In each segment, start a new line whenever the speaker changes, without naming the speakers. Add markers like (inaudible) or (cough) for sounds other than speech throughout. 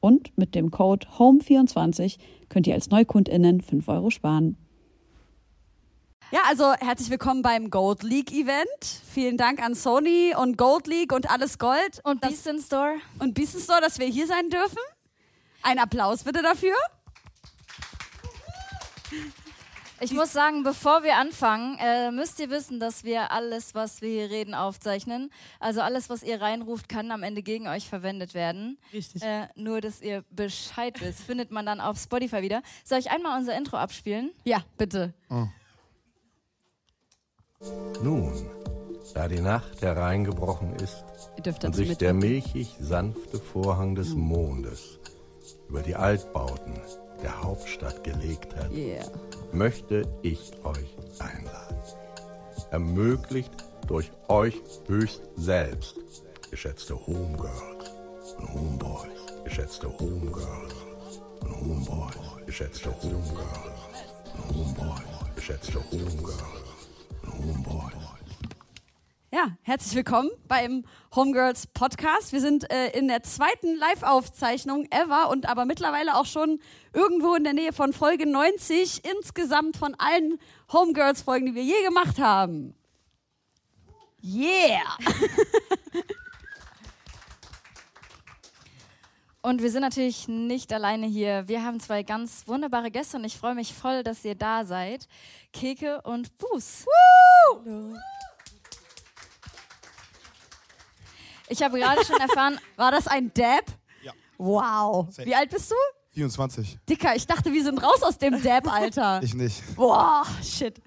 Und mit dem Code HOME24 könnt ihr als NeukundInnen 5 Euro sparen. Ja, also herzlich willkommen beim Gold League Event. Vielen Dank an Sony und Gold League und alles Gold
Und Beast in Store.
und Business Store, dass wir hier sein dürfen. Ein Applaus bitte dafür.
Ich muss sagen, bevor wir anfangen, äh, müsst ihr wissen, dass wir alles, was wir hier reden, aufzeichnen. Also alles, was ihr reinruft, kann am Ende gegen euch verwendet werden.
Richtig.
Äh, nur, dass ihr Bescheid wisst, findet man dann auf Spotify wieder. Soll ich einmal unser Intro abspielen?
Ja, bitte.
Nun, da die Nacht hereingebrochen ist
Ihr dürft
und
dazu
sich der
mit.
milchig sanfte Vorhang des Mondes über die Altbauten der Hauptstadt gelegt hat,
Yeah.
möchte ich euch einladen. Ermöglicht durch euch höchst selbst, geschätzte Homegirls und Homeboys, geschätzte Homegirls und Homeboys, geschätzte Homegirls und Homeboys, geschätzte Homegirls und Homeboys.
Ja, herzlich willkommen beim Homegirls Podcast. Wir sind äh, in der zweiten Live-Aufzeichnung ever und aber mittlerweile auch schon irgendwo in der Nähe von Folge 90 insgesamt von allen Homegirls-Folgen, die wir je gemacht haben.
(laughs)
Yeah!
Und wir sind natürlich nicht alleine hier. Wir haben zwei ganz wunderbare Gäste und ich freue mich voll, dass ihr da seid. Keke und Buß. Ich habe gerade schon erfahren,
War das ein Dab?
Ja.
Wow.
Safe.
Wie alt bist du?
24.
Dicker, ich dachte, wir sind raus aus dem Dab-Alter.
(laughs) Ich nicht.
Boah, shit.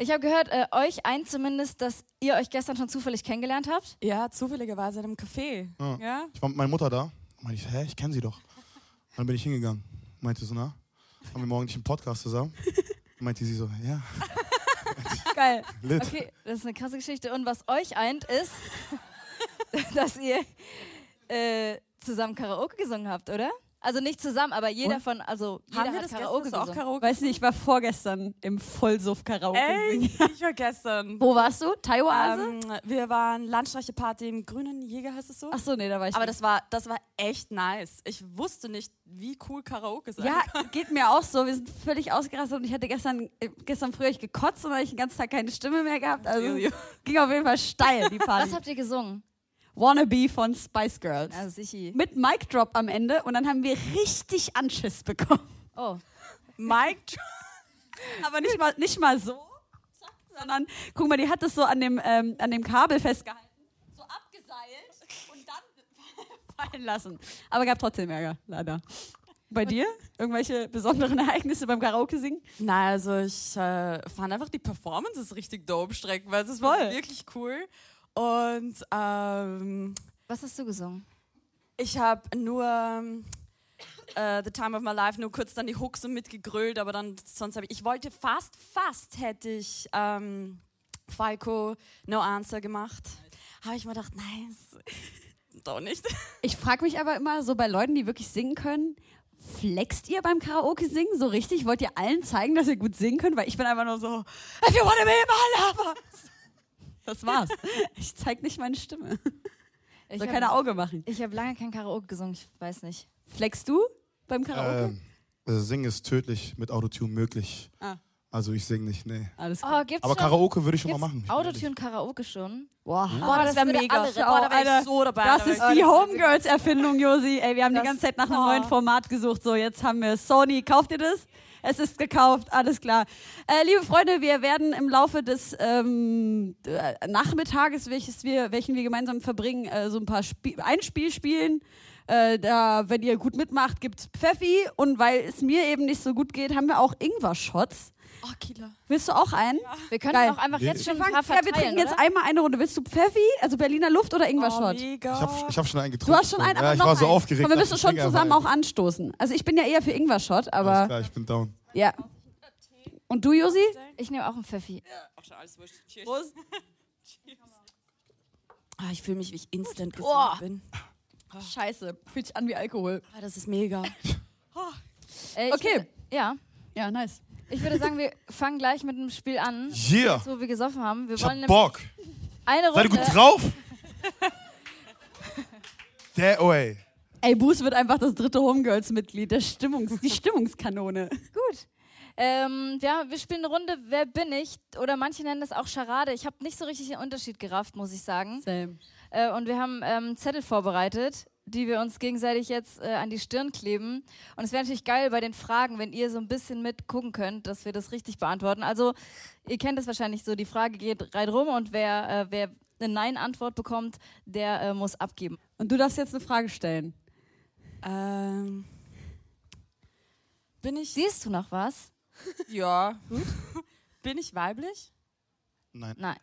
Ich habe gehört, äh, euch ein zumindest, dass ihr euch gestern schon zufällig kennengelernt habt.
Ja, zufälligerweise in einem Café. Ja?
Ich war mit meiner Mutter da. Und meinte ich, hä, ich kenne sie doch. Und dann bin ich hingegangen. Meinte so, na, haben wir morgen nicht einen Podcast zusammen? Meinte sie so, ja. (laughs)
Geil.
Lit.
Okay, das ist eine krasse Geschichte. Und was euch eint, ist, (laughs) dass ihr äh, zusammen Karaoke gesungen habt, oder? Also nicht zusammen, aber jeder von, also jeder
Haben wir
hat
das
Karaoke
gestern
gesungen.
auch Karaoke?
Weißt du, ich war vorgestern im Vollsuff-Karaoke.
Ey, ich war gestern.
Wo warst du? Taiwan?
Ähm, wir waren Landstreiche Party im Grünen Jäger, heißt es so.
Achso, nee, da war ich
Aber
nicht.
das war, das war echt nice. Ich wusste nicht, wie cool Karaoke sein
Ja,
kann. (laughs)
geht mir auch so. Wir sind völlig ausgerastet und ich hatte gestern, äh, gestern früh ich gekotzt und dann hab ich den ganzen Tag keine Stimme mehr gehabt. Also
Serious?
ging auf jeden Fall steil, (laughs) die Party.
Was habt ihr gesungen?
Wannabe von Spice Girls.
Also Sichi.
Mit Mic Drop am Ende und dann haben wir richtig Anschiss (laughs) bekommen.
Oh,
Mike Tr-
Aber nicht mal, nicht mal so, sondern guck mal, die hat das so an dem, ähm, an dem Kabel festgehalten, so abgeseilt und dann (laughs) fallen lassen. Aber gab trotzdem Ärger, leider. Bei dir? Irgendwelche besonderen Ereignisse beim Karaoke singen?
Na, also ich äh, fand einfach die Performances richtig dope streckenweise. Es war
Voll.
wirklich cool. Und ähm,
was hast du gesungen?
Ich habe nur ähm, äh, The Time of My Life nur kurz dann die Hooks so mitgegrölt, aber dann sonst habe ich. Ich wollte fast, fast hätte ich ähm, Falco No Answer gemacht. Habe ich mir gedacht, nice. (laughs) Doch nicht.
Ich frage mich aber immer so bei Leuten, die wirklich singen können, flext ihr beim Karaoke singen so richtig? Wollt ihr allen zeigen, dass ihr gut singen könnt? Weil ich bin einfach nur so, if you wanna be my lover. Das war's. Ich zeig nicht meine Stimme.
Ich
Soll
hab-
keine Auge machen.
Ich habe lange kein Karaoke gesungen, ich weiß nicht.
Flexst du beim Karaoke?
Ähm, also singen ist tödlich, mit Autotune möglich.
Ah.
Also ich singe nicht, nee.
Alles klar.
Oh, gibt's
Aber
schon,
Karaoke würde ich schon mal
gibt's
machen. ich bin ehrlich.
Autotune Karaoke schon?
Boah,
Boah, das,
das
wäre
würde
mega. Oh,
alle-
Boah, da wäre
Alter,
ich so dabei.
Das
da wär
ist
ich-
die Homegirls-Erfindung, Josi. Ey, wir haben die
Das-
ganze Zeit nach einem
Oh.
neuen Format gesucht. So, jetzt haben wir es. Sony. Kauft ihr das? Es ist gekauft, alles klar. Äh, liebe Freunde, wir werden im Laufe des ähm, äh, Nachmittages, welches wir, welchen wir gemeinsam verbringen, äh, so ein paar Spie ein Spiel spielen. Äh, da, wenn ihr gut mitmacht, gibt's Pfeffi. Und weil es mir eben nicht so gut geht, haben wir auch Ingwer-Shots.
Oh, Killer.
Willst du auch einen?
Wir können
Geil.
auch einfach jetzt schon ein
Frank,
paar
ja, wir
verteilen,
trinken jetzt
oder?
einmal eine Runde. Willst du Pfeffi, also Berliner Luft oder
Oh,
Ingwer-Shot?
mega.
Ich habe ich hab schon einen
Du
getrunken.
hast schon einen, aber
ja, ich
noch
war so
einen.
aufgeregt.
Aber wir
dass
müssen
ich
schon
trinke einfach
zusammen
einen.
auch anstoßen. Also ich bin ja eher für Ingwer-Shot,
Alles
aber
klar, ich bin down.
ja. Und du, Josi?
Ich nehme auch einen Pfeffi.
Prost. Ah, ich fühle mich, wie ich instant gesund bin.
Scheiße, fühlt sich an wie Alkohol.
Ah, das ist mega.
Äh, ich
Okay.
Würde, ja,
Ja, nice.
ich würde sagen, wir fangen gleich mit dem Spiel an,
Also,
Yeah,
wo wir gesoffen haben. Wir
ich
wollen nämlich
hab Bock.
eine
Seid
Runde.
ihr gut drauf? (laughs) Der way.
Ey, Boos wird einfach das dritte Homegirls-Mitglied, der Stimmungs die Stimmungskanone.
Gut. Ähm, ja, wir spielen eine Runde Wer bin ich? Oder manche nennen das auch Charade. Ich habe nicht so richtig den Unterschied gerafft, muss ich sagen.
Same.
Äh, und wir haben ähm, Zettel vorbereitet, die wir uns gegenseitig jetzt äh, an die Stirn kleben. Und es wäre natürlich geil bei den Fragen, wenn ihr so ein bisschen mitgucken könnt, dass wir das richtig beantworten. Also, ihr kennt das wahrscheinlich so, die Frage geht rein rum und wer, äh, wer eine Nein-Antwort bekommt, der äh, muss abgeben.
Und du darfst jetzt eine Frage stellen.
ähm, bin ich.
Siehst du noch was?
Ja. bin ich weiblich?
Nein.
Nein.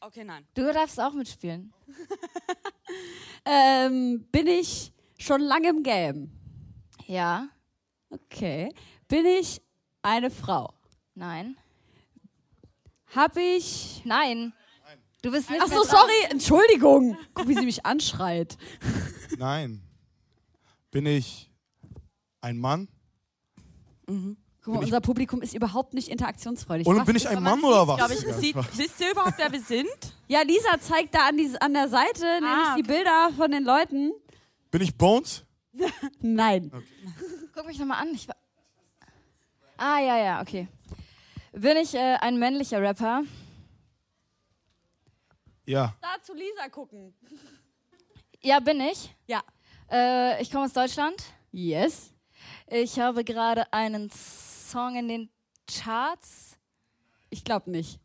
Okay, nein.
Du darfst auch mitspielen.
Ähm, bin ich schon lange im Game?
Ja,
Okay. Bin ich eine Frau?
nein,
Hab ich...
nein. Du bist nicht
Ach so,
mehr dran.
sorry, Entschuldigung. Guck, wie sie mich anschreit.
Nein. Bin ich ein Mann?
Guck mal, unser Publikum ist überhaupt nicht interaktionsfreudig.
Oder
Was
bin ich
ist-
ein Mann oder was?
Glaube ich,
Ja,
sieht,
Spaß.
wisst ihr überhaupt, wer wir sind?
Ja, Lisa zeigt da an, die, an der Seite nämlich
Ah,
die Bilder von den Leuten.
Bin ich Bones?
Nein.
Guck mich nochmal an. Ich war ah, ja, ja, okay. Bin ich äh, ein männlicher Rapper?
Ja.
Da zu Lisa gucken.
Ja, bin ich.
Ja.
Äh, ich komme aus Deutschland.
Yes.
Ich habe gerade einen Song in den Charts.
Ich glaube nicht.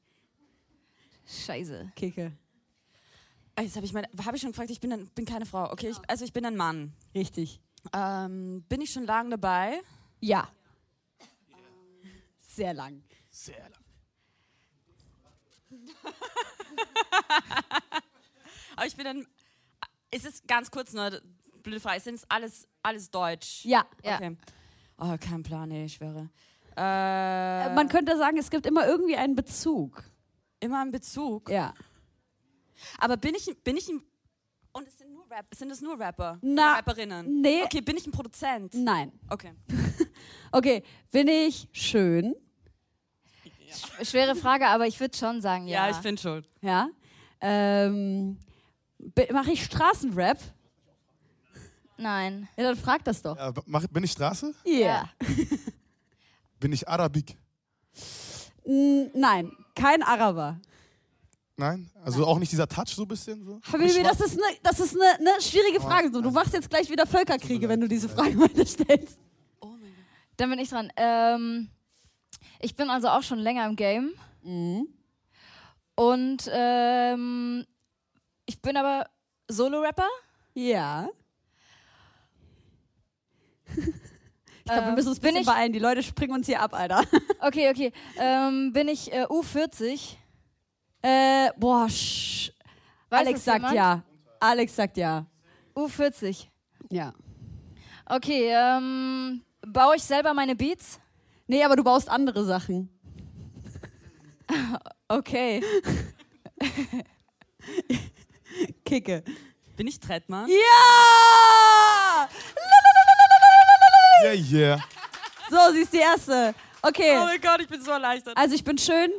Scheiße.
Kike.
Ah, Jetzt habe ich meine, habe ich schon gefragt, ich bin, ein, bin keine Frau. Okay, ich, also ich bin ein Mann.
Richtig.
Ähm, bin ich schon lange dabei?
Ja. Sehr lang.
Aber ich bin ein. Ist es ganz kurz nur blöde Frage? Sind es alles, alles Deutsch?
Ja.
Ja.
Okay. Oh, kein Plan, nee, ich schwöre. Äh,
Äh, Man könnte sagen, es gibt immer irgendwie einen Bezug.
immer im Bezug.
Ja.
Aber bin ich, bin ich ein. Und es sind nur Rap, sind es nur Rapper?
Na,
Rapperinnen?
Nee.
Okay, bin ich ein Produzent?
Nein.
Okay.
Okay. Bin ich schön?
Sch schwere Frage, aber ich würde schon sagen, ja.
finde schon.
Ja. Ähm, Mache ich Straßenrap?
Nein.
Ja, dann frag das doch.
ja Äh, mach, bin ich Straße?
Yeah.
Bin ich Arabik?
Mm, Nein, kein Araber.
Nein? Also auch nicht dieser Touch so ein bisschen? So?
Habibi, das ist eine das ist ne, ne schwierige
Oh,
Frage. So, du
also-
machst jetzt gleich wieder
Tut mir
Völkerkriege,
leid,
wenn du
tut
diese
mir
Frage weiterstellst.
Oh mein Gott.
Dann bin ich dran. Ähm, ich bin also auch schon länger im Game.
Mhm.
Und ähm, ich bin aber Solo-Rapper.
Ja. (laughs) Ich glaube, wir
Ähm,
müssen uns ein
bin
bisschen
ich-
beeilen. Die Leute springen uns hier ab, Alter.
Okay, okay. Ähm, bin ich äh, U40?
(laughs) Äh, boah, sch.
Weiß
Alex
das
sagt
jemand?
ja. Alex sagt ja.
U40.
Ja.
Okay, ähm, baue ich selber meine Beats?
Nee, aber du baust andere (laughs) Sachen. (laughs)
Okay.
Kicke.
Bin ich Trettmann?
Ja!
Yeah, yeah.
So, sie ist die erste. Okay.
Oh mein Gott, ich bin so erleichtert.
Also ich bin schön.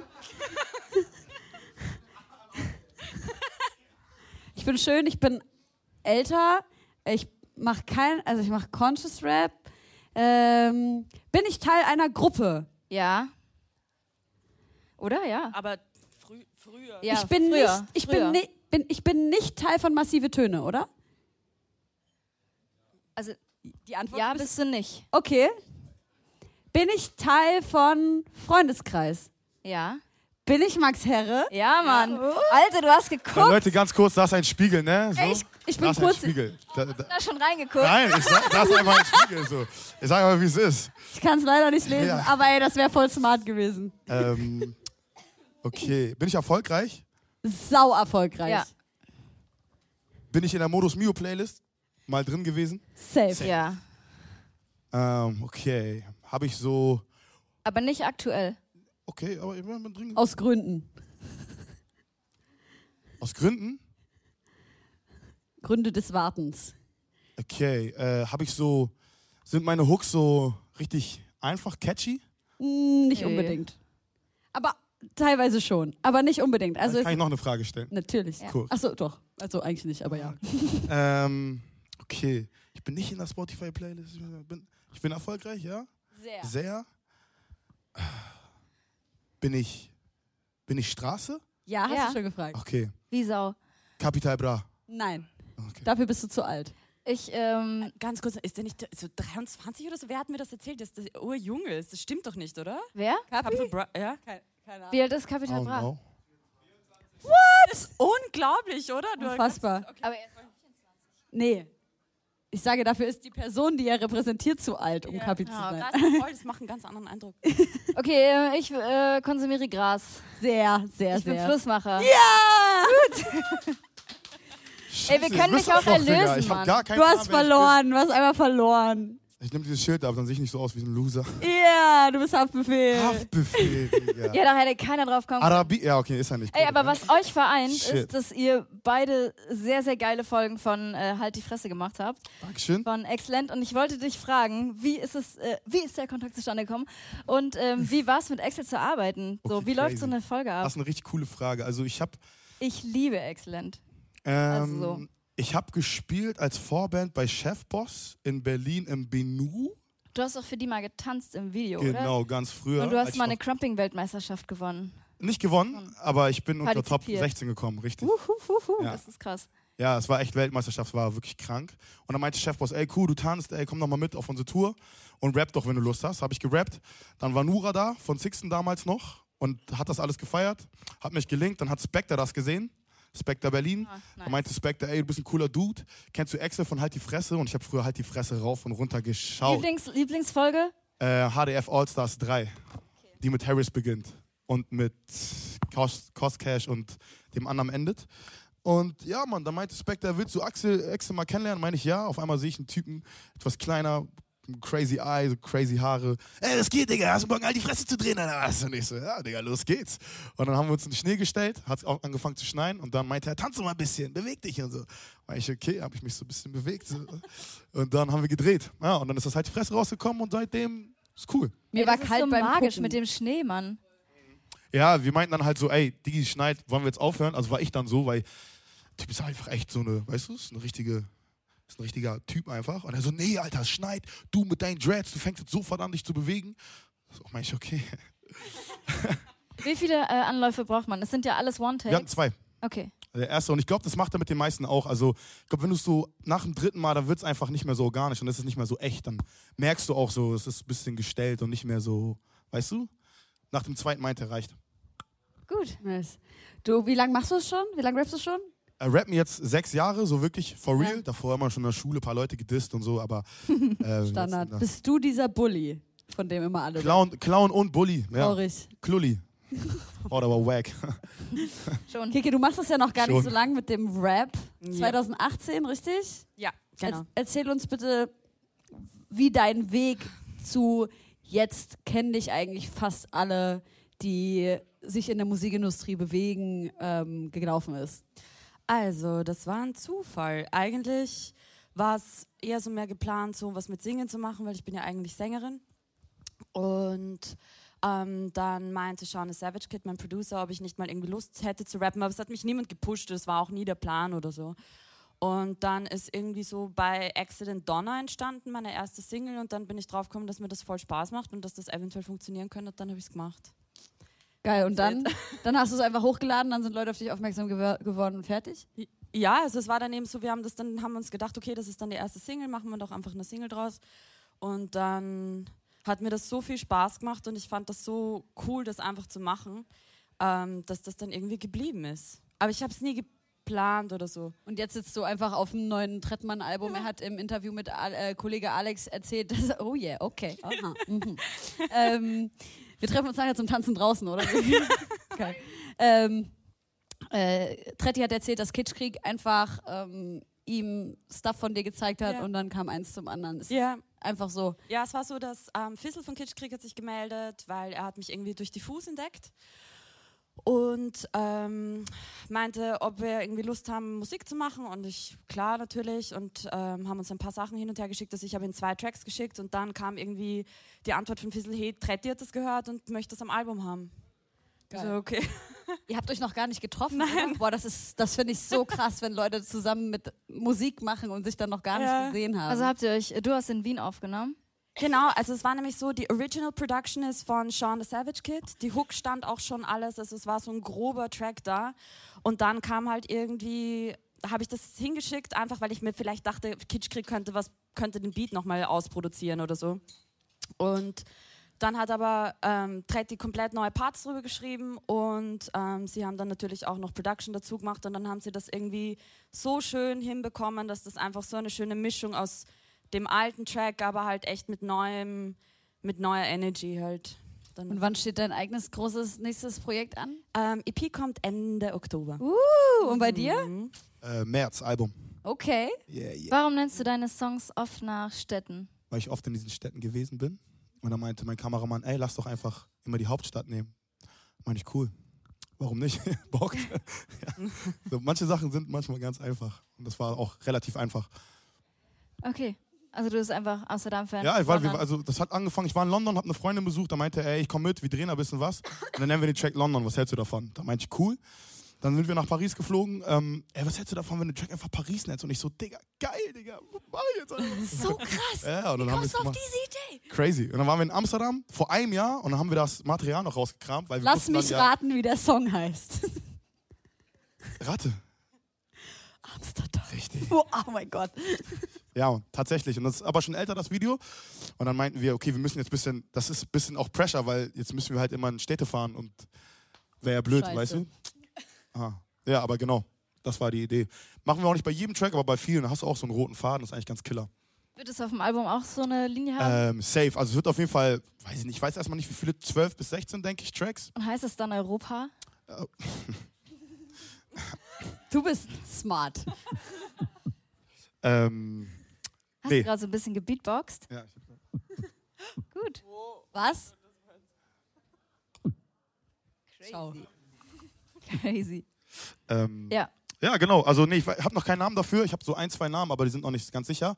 ich bin schön, ich bin älter. Ich mache kein, also ich mache Conscious Rap. Ähm, bin ich Teil einer Gruppe?
Ja. Oder? Ja.
Aber frü früher.
ja
ich bin,
früher.
nicht, ich,
früher.
bin, ni- bin, ich bin nicht Teil von Massive Töne, oder?
Also,
Die Antwort
ja,
ist-
bist du nicht.
Okay. Bin ich Teil von Freundeskreis?
Ja.
Bin ich Max Herre?
Ja, Mann. Alter, du hast geguckt.
Ja, Äh, Leute, ganz kurz, da ist ein Spiegel, ne? So.
Ich- ich bin
da ist
kurz-
Ein Spiegel. Da, da,
da schon reingeguckt.
nein, ich sag, da ist einfach ein Spiegel. So. Ich sag mal, wie es ist.
Ich kann es leider nicht lesen,
Ja.
aber ey, das wäre voll smart gewesen.
Ähm, okay, bin ich erfolgreich?
Sau erfolgreich.
Ja.
Bin ich in der Modus Mio Playlist mal drin gewesen?
Safe.
Ja.
Ähm, okay, habe ich so.
Aber nicht aktuell.
Okay, aber ich bin drin.
Aus Gründen.
Aus Gründen?
Gründe des Wartens.
Okay, äh, habe ich so. Sind meine Hooks so richtig einfach catchy?
Hm, Nicht
Nee.
unbedingt. Aber teilweise schon. Aber nicht unbedingt. Also
Dann kann
es,
ich noch eine Frage stellen?
natürlich.
Ja.
Cool.
Achso, doch. Also eigentlich nicht, aber ja.
Ähm, okay, ich bin nicht in der Spotify Playlist. Ich bin, ich bin erfolgreich, ja?
Sehr.
Sehr. Bin ich. Bin ich Straße?
Ja, hast
Ja.
du schon gefragt.
Okay.
Wie Sau.
Capital Bra.
Nein,
Okay.
dafür bist du zu alt.
Ich, ähm,
Ganz kurz, ist der nicht so 23 oder so? Wer hat mir das erzählt, dass der urjunge ist? Das stimmt doch nicht, oder?
wer?
Capital Bra ja.
Keine Ahnung.
Wie alt ist Capital
Oh,
Bra?
no.
Unglaublich, oder? Du-
Unfassbar.
Aber er ist
Nee. Ich sage, dafür ist die Person, die er repräsentiert, zu alt, um Kapi zu
Oh,
Ja,
sein.
krass, voll, das macht einen ganz anderen Eindruck.
Okay, äh, ich äh, konsumiere Gras.
Sehr, sehr,
Ich bin
sehr.
Flussmacher.
ja!
Scheiße,
wir
ich
können
wüsste
dich auch
das noch, Digga.
erlösen,
Ich
Mann.
hab gar keinen
Du hast
Plan, wer ich
verloren, du hast einmal verloren.
bin. Ich nehme dieses Schild ab, dann sehe ich nicht so aus wie ein Loser.
Ja, du bist Haftbefehl.
Haftbefehl,
(laughs)
Digga.
Ja, da hätte keiner drauf kommen
Arabi. Ja, okay, ist ja nicht.
Ey,
cool,
aber
ne?
was euch vereint,
Shit.
ist, dass ihr beide sehr, sehr geile Folgen von äh, Halt die Fresse gemacht habt.
Dankeschön.
Von Exzellent. Und ich wollte dich fragen, wie ist es, äh, wie ist der Kontakt zustande gekommen? Und ähm, wie war es mit Excel zu arbeiten? So,
Okay,
wie läuft
crazy.
so eine Folge ab?
Das ist eine richtig coole Frage. Also ich habe
Ich liebe Excellent.
ähm,
Also so.
ich habe gespielt als Vorband bei Chefboss in Berlin im Benu.
Du hast auch für die mal getanzt im Video, oder?
Genau, ganz früher.
Und du
als
hast
ich
mal eine
noch-
Crumping-Weltmeisterschaft gewonnen.
nicht gewonnen, aber ich bin unter Top
Partizipiert.
16 gekommen, richtig.
Uhuhuhu,
Ja.
das ist krass.
Ja, es war echt Weltmeisterschaft, es war wirklich krank. Und dann meinte Chefboss, ey, cool, du tanzt, ey, komm doch mal mit auf unsere Tour und rap doch, wenn du Lust hast. Habe ich gerappt. Dann war Nura da, von Sixten damals noch und hat das alles gefeiert, hat mich gelinkt. Dann hat Spectre das gesehen, Spectre Berlin.
Ah,
Da
nice.
meinte Spectre, ey, du bist ein cooler Dude. Kennst du Axel von Halt die Fresse? Und ich habe früher Halt die Fresse rauf und runter geschaut.
Lieblings, Lieblingsfolge?
Äh, HDF All-Stars 3, die mit Harris beginnt und mit Cost, Cost Cash und dem anderen endet. Und ja, Mann, da meinte Spectre, willst du Axel, Axel mal kennenlernen? Meine ich ja. Auf einmal sehe ich einen Typen, etwas kleiner, crazy Eye, so crazy Haare. Ey, das geht, Digga, hast du Bock, all die Fresse zu drehen oder was? Und ich so, ja, Digga, los geht's. Und dann haben wir uns in den Schnee gestellt, hat auch angefangen zu schneien und dann meinte er, tanze mal ein bisschen, beweg dich und so. War ich, okay, habe ich mich so ein bisschen bewegt. So. Und dann haben wir gedreht. Ja, und dann ist das halt die Fresse rausgekommen und seitdem ist cool.
Mir
Ey,
war
das
kalt
ist so
beim
magisch
Gucken.
mit dem Schnee, Mann.
Ja, wir meinten dann halt so, ey, Digi schneit, wollen wir jetzt aufhören? Also war ich dann so, weil der Typ ist einfach echt so eine, weißt du, ist eine richtige, ist ein richtiger Typ einfach. Und er so, nee, Alter, es schneit, du mit deinen Dreads, du fängst jetzt sofort an, dich zu bewegen. So, mein ich, okay.
Wie viele äh, Anläufe braucht man? Das sind ja alles
Wir hatten
One-Takes.
zwei.
Okay.
Der erste. Und ich glaube, das macht er mit den meisten auch. Also, ich glaube, wenn du es so nach dem dritten Mal, dann wird es einfach nicht mehr so organisch und es ist nicht mehr so echt. Dann merkst du auch so, es ist ein bisschen gestellt und nicht mehr so, weißt du? Nach dem zweiten meinte er, reicht.
Gut.
Nice. Du, wie lange machst du es schon? Wie lange rappst du schon?
Er Äh, rappen jetzt sechs Jahre, so wirklich for real.
Ja.
Davor immer schon in der Schule ein paar Leute gedisst und so,
(laughs)
aber. Äh,
Standard.
jetzt-
Bist du dieser Bully, von dem immer alle
Clown, Clown und Bully. Ja.
traurig. (laughs)
Klulli. Oh, der war wack.
Schon.
Kiki, du machst das ja noch gar
Schon.
nicht so lange mit dem Rap.
Ja.
2018, richtig?
Ja, genau.
Er erzähl uns bitte, wie dein Weg zu jetzt kennen dich eigentlich fast alle, die sich in der Musikindustrie bewegen, ähm, gelaufen ist.
Also, das war ein Zufall. Eigentlich war es eher so mehr geplant, so was mit Singen zu machen, weil ich bin ja eigentlich Sängerin. Und ähm, dann meinte Shauna Savage Kid, mein Producer, ob ich nicht mal irgendwie Lust hätte zu rappen, aber es hat mich niemand gepusht, es war auch nie der Plan oder so. Und dann ist irgendwie so bei Accident Donna entstanden, meine erste Single, und dann bin ich draufgekommen, dass mir das voll Spaß macht und dass das eventuell funktionieren könnte, und dann habe ich es gemacht.
Geil, und dann, dann hast du es einfach hochgeladen, dann sind Leute auf dich aufmerksam gewor geworden und fertig.
Ja, also es war dann eben so, wir haben das dann, haben uns gedacht, okay, das ist dann die erste Single, machen wir doch einfach eine Single draus. Und dann hat mir das so viel Spaß gemacht und ich fand das so cool, das einfach zu machen, ähm, dass das dann irgendwie geblieben ist. Aber ich habe es nie geplant oder so.
Und jetzt sitzt du einfach auf dem neuen Trettmann-Album. Er hat im Interview mit Al äh, Kollege Alex erzählt, dass er, oh yeah, okay, aha,
(laughs)
mhm. ähm, Wir treffen uns nachher zum Tanzen draußen, oder? (laughs) Geil. Ähm, äh, Tretti hat erzählt, dass Kitschkrieg einfach ähm, ihm Stuff von dir gezeigt hat
Ja.
und dann kam eins zum anderen. Ist
Ja.
einfach so.
Ja, es war so, dass ähm, Fissel von Kitschkrieg hat sich gemeldet, weil er hat mich irgendwie durch die Fuß entdeckt und ähm, meinte, ob wir irgendwie Lust haben, Musik zu machen. Und ich, klar, natürlich. Und ähm, haben uns ein paar Sachen hin und her geschickt. Also ich habe ihm zwei Tracks geschickt und dann kam irgendwie die Antwort von Fissel, hey, Tretti hat das gehört und möchte das am Album haben.
Geil.
So, okay.
Ihr habt euch noch gar nicht getroffen. Oder? Boah, das ist, das finde ich so krass, wenn Leute zusammen mit Musik machen und sich dann noch gar
Ja.
nicht gesehen haben.
Also habt ihr euch, du hast in Wien aufgenommen.
Genau, also es war nämlich so, die Original Production ist von Sean the Savage Kid. Die Hook stand auch schon alles, also es war so ein grober Track da. Und dann kam halt irgendwie, habe ich das hingeschickt, einfach weil ich mir vielleicht dachte, Kitschkrieg könnte was, könnte den Beat nochmal ausproduzieren oder so. Und dann hat aber ähm, Tretti komplett neue Parts drüber geschrieben und ähm, sie haben dann natürlich auch noch Production dazu gemacht und dann haben sie das irgendwie so schön hinbekommen, dass das einfach so eine schöne Mischung aus dem alten Track, aber halt echt mit neuem, mit neuer Energy halt.
und
Dann,
wann steht dein eigenes großes nächstes Projekt an?
ähm, EP kommt Ende Oktober.
Uh, und bei dir?
Mhm.
Äh, März, Album.
Okay.
Yeah, yeah.
Warum nennst du deine Songs oft nach Städten?
Weil ich oft in diesen Städten gewesen bin. Und dann meinte mein Kameramann, ey, lass doch einfach immer die Hauptstadt nehmen. Meine ich, cool. Warum nicht? (laughs)
(laughs)
Bockt. ja. so, manche Sachen sind manchmal ganz einfach. Und das war auch relativ einfach.
Okay. Also du bist einfach Amsterdam-Fan.
Ja, ich war, wir,
London.
also das hat angefangen. Ich war in London, habe eine Freundin besucht. Da meinte er, ey, ich komme mit, wir drehen ein bisschen was. Und dann nennen wir den Track London. Was hältst du davon? Da meinte ich, cool. Dann sind wir nach Paris geflogen. Ähm, ey, was hältst du davon, wenn du den Track einfach Paris nennst? Und ich so, Digga, geil, Digga, was mach
(laughs)
ich jetzt einfach?
So krass.
Ja, und dann haben wir
Kommst du auf
gemacht.
diese Idee?
Crazy. Und dann waren wir in Amsterdam vor einem Jahr und dann haben wir das Material noch rausgekramt. Weil wir
Lass
wussten
mich
dann,
raten, wie der Song heißt. (laughs)
Ja, Ratte.
(laughs)
Amsterdam.
Richtig.
Oh, oh mein Gott.
Ja, tatsächlich. Und das ist aber schon älter, das Video. Und dann meinten wir, okay, wir müssen jetzt ein bisschen, das ist ein bisschen auch Pressure, weil jetzt müssen wir halt immer in Städte fahren und wäre ja blöd,
Scheiße.
weißt du? Ah. Ja, aber genau. Das war die Idee. Machen wir auch nicht bei jedem Track, aber bei vielen. Da hast du auch so einen roten Faden, das ist eigentlich ganz killer.
Wird es auf dem Album auch so eine Linie haben?
Ähm, safe. Also es wird auf jeden Fall, weiß ich nicht, ich weiß erstmal nicht, wie viele, 12 bis 16, denke ich, Tracks.
Und heißt es dann Europa?
Du bist smart.
Ähm,
Hast
Nee.
du gerade so ein bisschen gebeatboxt?
ja, ich
(laughs) Gut.
Was? Crazy.
Crazy.
Ähm,
Ja.
Ja, genau. Also nee, ich habe noch keinen Namen dafür. Ich habe so ein, zwei Namen, aber die sind noch nicht ganz sicher.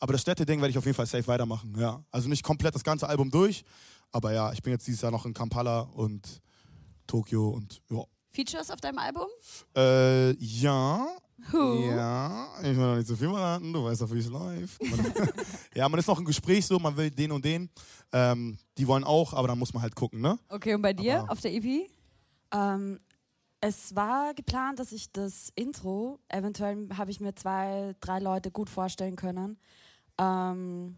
Aber das Städteding werde ich auf jeden Fall safe weitermachen. Ja. Also nicht komplett das ganze Album durch, aber ja, ich bin jetzt dieses Jahr noch in Kampala und Tokio und ja.
Features auf deinem Album?
Äh, ja. Ja, ich will noch nicht zu viel verraten, du weißt doch, wie es läuft. Man, (laughs) ja, man ist noch im Gespräch so, man will den und den. Ähm, die wollen auch, aber dann muss man halt gucken, ne?
Okay, und bei dir
Aber-
auf der E EP?
Ähm, es war geplant, dass ich das Intro, eventuell habe ich mir zwei, drei Leute gut vorstellen können. Ähm,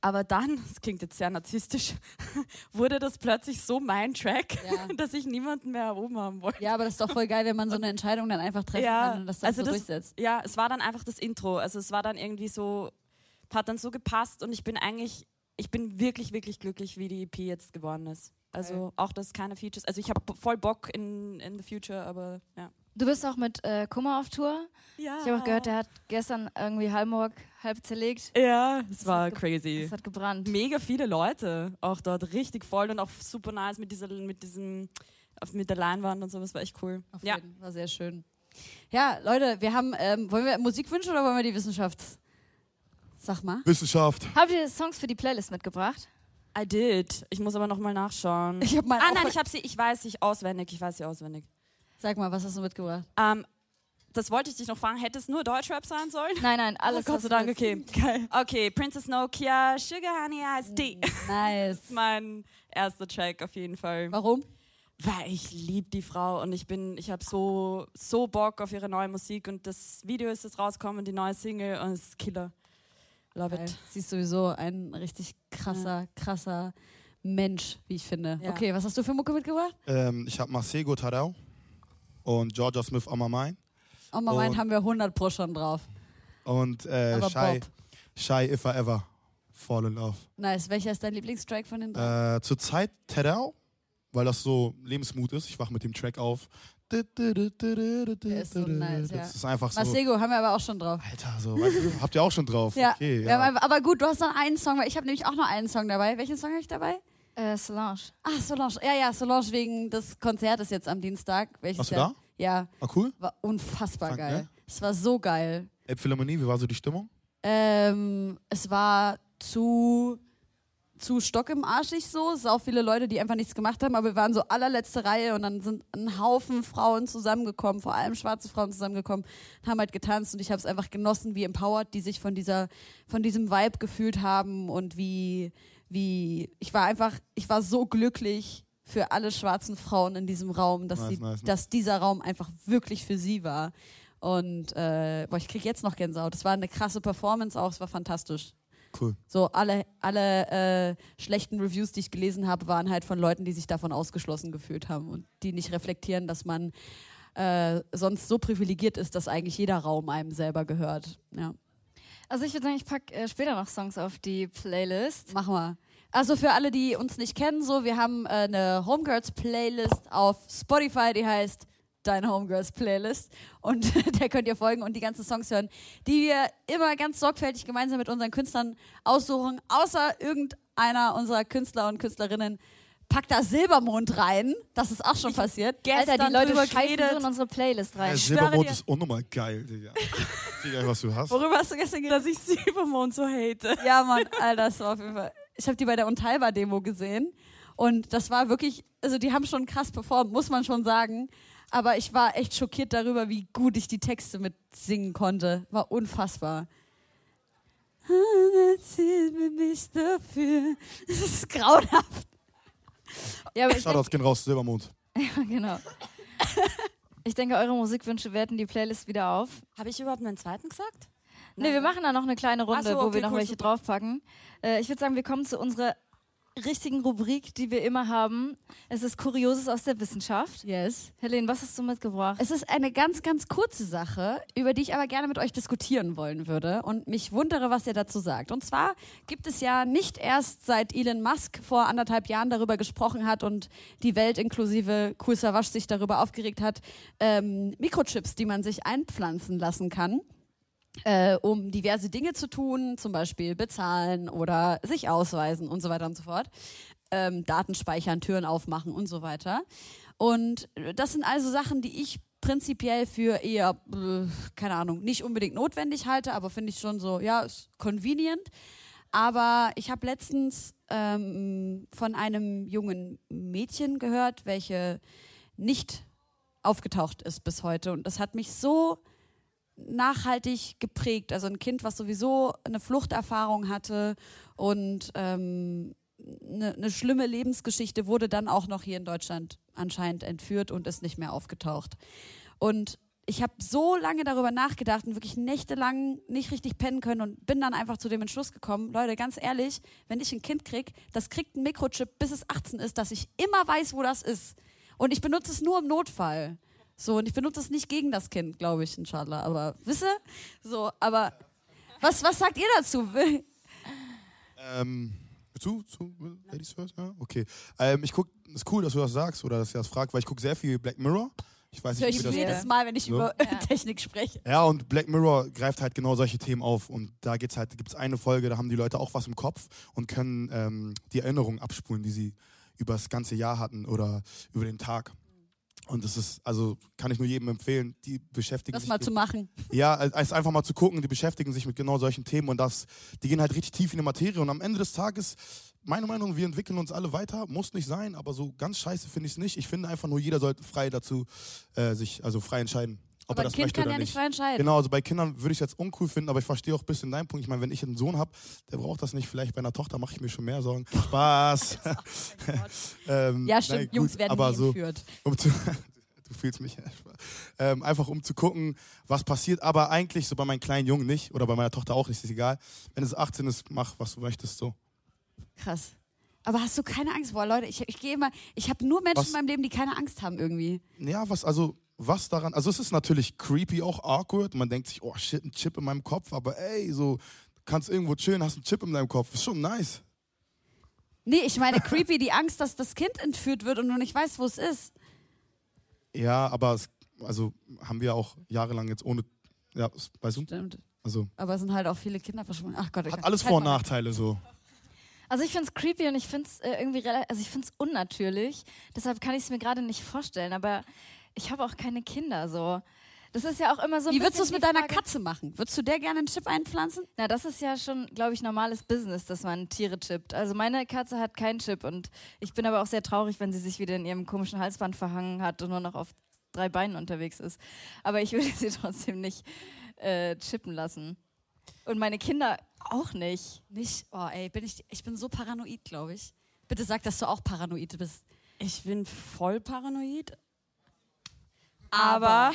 aber dann, (laughs) das klingt jetzt sehr narzisstisch, (laughs) wurde das plötzlich so mein Track,
Ja.
(laughs) dass ich niemanden mehr erhoben haben wollte.
Ja, aber das ist doch voll geil, wenn man so eine Entscheidung dann einfach treffen
Ja,
kann und das dann
also
so
das-
durchsetzt.
Ja, es war dann einfach das Intro. Also es war dann irgendwie so, hat dann so gepasst und ich bin eigentlich, ich bin wirklich, wirklich glücklich, wie die EP jetzt geworden ist. Also auch das keine Features. Also ich habe voll Bock in, in the future, aber ja.
Du bist auch mit äh, Kummer auf Tour.
ja.
Ich habe auch gehört, der hat gestern irgendwie Hamburg halb zerlegt.
Ja, es war
hat
crazy.
Es hat gebrannt.
Mega viele Leute auch dort, richtig voll und auch super nice mit dieser, mit diesem, auf- mit der Leinwand und sowas, war echt cool.
Auf
ja.
jeden, war sehr schön. Ja, Leute, wir haben, ähm, wollen wir Musikwünsche oder wollen wir die Wissenschafts... Sag mal.
Wissenschaft.
Habt ihr Songs für die Playlist mitgebracht?
I did. Ich muss aber nochmal nachschauen.
Ich hab mal
ah nein, ich habe sie, ich weiß sie auswendig, ich weiß sie auswendig.
Sag mal, was hast du mitgebracht?
Ähm, das wollte ich dich noch fragen, hätte es nur Deutschrap sein sollen? (laughs)
Nein, nein, alles.
Alles Oh Gott
was
sei Dank,
du
okay. Also Geil. Mhm. Okay, Princess Nokia, (laughs) Sugar Honey Ice Tea.
Nice.
mein erster Track auf jeden Fall.
Warum?
weil ich liebe die Frau und ich bin, ich habe so, so Bock auf ihre neue Musik und das Video ist jetzt rausgekommen, die neue Single und es ist Killer. Love
Geil.
it.
Sie ist sowieso ein richtig krasser, krasser Mensch, wie ich finde.
Ja.
Okay, was hast du für Mucke mitgebracht?
Ähm, ich habe Masego Tarau und Georgia Smith on my mind
Oh, Mama,
Und-
haben wir 100 Pro schon drauf.
und äh,
Aber
Shy,
Bob.
Shy If I Ever Fall in Love.
Nice. Welcher ist dein Lieblingstrack von den drei?
Äh, Zurzeit Tedau, weil das so Lebensmut ist. Ich wache mit dem Track auf. Der ist
ist so nice, ja.
Das ist einfach so.
Masego haben wir aber auch schon drauf.
Alter, so. weißt du, Habt ihr auch schon
(laughs)
drauf?
Ja,
okay,
wir
ja.
Haben einfach, aber gut, du hast noch einen Song, weil ich habe nämlich auch noch einen Song dabei. Welchen Song habe ich dabei?
Äh, Solange.
Ach, Solange. Ja, ja, Solange wegen des Konzertes jetzt am Dienstag. Welches
Warst du
der-
da?
Ja,
Ah, cool.
war unfassbar
Krank,
geil.
ne?
Es war so geil.
Philharmonie, wie war so die Stimmung?
Ähm, es war zu, zu stock im Arschig so. Sau viele Leute, die einfach nichts gemacht haben, aber wir waren so allerletzte Reihe und dann sind ein Haufen Frauen zusammengekommen, vor allem schwarze Frauen zusammengekommen, haben halt getanzt und ich habe es einfach genossen, wie empowered die sich von dieser, von diesem Vibe gefühlt haben und wie, wie, ich war einfach, ich war so glücklich für alle schwarzen Frauen in diesem Raum, dass,
Nice,
sie,
nice, nice.
dass dieser Raum einfach wirklich für sie war. Und äh, boah, ich krieg jetzt noch Gänsehaut. Es war eine krasse Performance auch, es war fantastisch.
Cool.
So, alle, alle äh, schlechten Reviews, die ich gelesen habe, waren halt von Leuten, die sich davon ausgeschlossen gefühlt haben und die nicht reflektieren, dass man äh, sonst so privilegiert ist, dass eigentlich jeder Raum einem selber gehört. Ja,
Also ich würde sagen, ich packe
äh,
später noch Songs auf die Playlist.
mach mal. Also für alle, die uns nicht kennen, so, wir haben äh, eine Homegirls-Playlist auf Spotify, die heißt Deine Homegirls-Playlist. Und (laughs) der könnt ihr folgen und die ganzen Songs hören, die wir immer ganz sorgfältig gemeinsam mit unseren Künstlern aussuchen. Außer irgendeiner unserer Künstler und Künstlerinnen packt da Silbermond rein. Das ist auch schon passiert.
Gestern
Alter, die Leute
drüber Also-
scheißen
geredet.
so in
unsere Playlist
Äh,
Ich schwöre
Silbermond
dir,
ist unnormal
(laughs)
geil, Digga. Digga, was du hast.
Worüber hast du gestern geredet?
dass ich (laughs) Silbermond so hate.
(laughs) Ja, Mann, Alter, das war auf jeden Fall. Ich habe die bei der Unteilbar-Demo gesehen und das war wirklich, also die haben schon krass performt, muss man schon sagen. Aber ich war echt schockiert darüber, wie gut ich die Texte mit singen konnte. War unfassbar. Erzähl mir nicht dafür. Das ist grauenhaft.
Ja, aber ich
Shoutouts gehen raus, Silbermond.
(laughs)
Genau.
Ich denke, eure Musikwünsche werten die
Playlist wieder auf.
Habe ich überhaupt meinen zweiten gesagt?
Ne, wir machen da noch eine kleine Runde,
Ach so,
wo
okay,
wir noch
cool,
welche
super.
draufpacken. Äh, ich würde sagen, wir kommen zu unserer richtigen Rubrik, die wir immer haben. Es ist Kurioses aus der Wissenschaft. Yes.
Helene, was hast du mitgebracht?
Es ist eine ganz, ganz kurze Sache, über die ich aber gerne mit euch diskutieren wollen würde und mich wundere, was ihr dazu sagt. Und zwar gibt es ja nicht erst seit Elon Musk vor anderthalb Jahren darüber gesprochen hat und die Welt inklusive Kool Savas sich darüber aufgeregt hat, ähm, Mikrochips, die man sich einpflanzen lassen kann äh, um diverse Dinge zu tun, zum Beispiel bezahlen oder sich ausweisen und so weiter und so fort. Ähm, Daten speichern, Türen aufmachen und so weiter. Und äh, das sind also Sachen, die ich prinzipiell für eher, äh, keine Ahnung, nicht unbedingt notwendig halte, aber finde ich schon so, ja, ist convenient. Aber ich habe letztens ähm, von einem jungen Mädchen gehört, welche nicht aufgetaucht ist bis heute. Und das hat mich so nachhaltig geprägt. Also ein Kind, was sowieso eine Fluchterfahrung hatte und ähm, eine, eine schlimme Lebensgeschichte, wurde dann auch noch hier in Deutschland anscheinend entführt und ist nicht mehr aufgetaucht. Und ich habe so lange darüber nachgedacht und wirklich nächtelang nicht richtig pennen können und bin dann einfach zu dem Entschluss gekommen, Leute, ganz ehrlich, wenn ich ein Kind krieg, das kriegt ein Mikrochip, bis es 18 ist, dass ich immer weiß, wo das ist. Und ich benutze es nur im Notfall. So, und ich benutze es nicht gegen das Kind, glaube ich, inshallah. Aber wisse? So, aber was, was sagt ihr dazu? (laughs)
Ähm, zu, zu, Ladies first, ja? Okay. Ähm, ich guck, ist cool, dass du das sagst oder dass ihr das fragt, weil ich guck sehr viel Black Mirror. Ich weiß
Das höre
nicht,
ich
wie das
jedes Mal, wenn ich
So.
über (laughs) Technik spreche.
Ja, und Black Mirror greift halt genau solche Themen auf. Und da geht's halt, gibt es eine Folge, da haben die Leute auch was im Kopf und können ähm, die Erinnerungen abspulen, die sie über das ganze Jahr hatten oder über den Tag. Und das ist, also kann ich nur jedem empfehlen, die beschäftigen
Das
sich
mal
mit-
zu machen.
ja, als als einfach mal zu gucken, die beschäftigen sich mit genau solchen Themen und das, die gehen halt richtig tief in die Materie und am Ende des Tages, meine Meinung, wir entwickeln uns alle weiter, muss nicht sein, aber so ganz scheiße finde ich es nicht. Ich finde einfach nur, jeder sollte frei dazu äh, sich, also frei entscheiden, Ob
Aber
er das
ein Kind
möchte
kann
oder
ja nicht
nicht.
frei entscheiden.
Genau, also bei Kindern würde ich es jetzt uncool finden, aber ich verstehe auch ein bisschen deinen Punkt. Ich meine, wenn ich einen Sohn habe, der braucht das nicht. Vielleicht bei einer Tochter mache ich mir schon mehr
(laughs)
Sorgen. Spaß. (laughs) ähm,
Ja, stimmt,
nein, gut,
Jungs werden
aber
nie
so,
entführt.
um zu, (laughs) du fühlst mich. Ähm, einfach um zu gucken, was passiert. Aber eigentlich so bei meinem kleinen Jungen nicht oder bei meiner Tochter auch nicht, ist egal. Wenn es 18 ist, mach, was du möchtest. So.
Krass. Aber hast du keine Angst? Boah, Leute, ich, ich gehe immer, ich habe nur Menschen
Was?
in meinem Leben, die keine Angst haben irgendwie.
Ja, was, also, was daran, also es ist natürlich creepy, auch awkward. Man denkt sich, oh shit, ein Chip in meinem Kopf, aber ey, so, du kannst irgendwo chillen, hast einen Chip in deinem Kopf. Ist schon nice.
Nee, ich meine creepy, die Angst, dass das Kind entführt wird und du nicht weißt, wo es ist.
Ja, aber es, also haben wir auch jahrelang jetzt ohne, ja, es- weißt du,
Stimmt.
also
Aber es sind halt auch viele Kinder verschwunden. Ach Gott, ich
hat alles
Halt
Vor- und
mal.
Nachteile so.
Also ich finde es creepy und ich finde es äh, irgendwie rela- also ich finde es unnatürlich. Deshalb kann ich es mir gerade nicht vorstellen. Aber ich habe auch keine Kinder so. Das ist ja auch immer so. ein
Wie würdest du
bisschen
es mit
die
deiner
Frage-
Katze machen? Würdest du der gerne einen Chip einpflanzen?
Na, das ist ja schon, glaube ich, normales Business, dass man Tiere chippt. Also meine Katze hat keinen Chip und ich bin aber auch sehr traurig, wenn sie sich wieder in ihrem komischen Halsband verhangen hat und nur noch auf drei Beinen unterwegs ist. Aber ich würde (laughs) sie trotzdem nicht äh, chippen lassen. Und meine Kinder auch nicht.
Nicht. Oh, ey, bin ich, ich bin so paranoid, glaube ich. Bitte sag, dass du auch paranoid bist.
Ich bin voll paranoid.
Aber-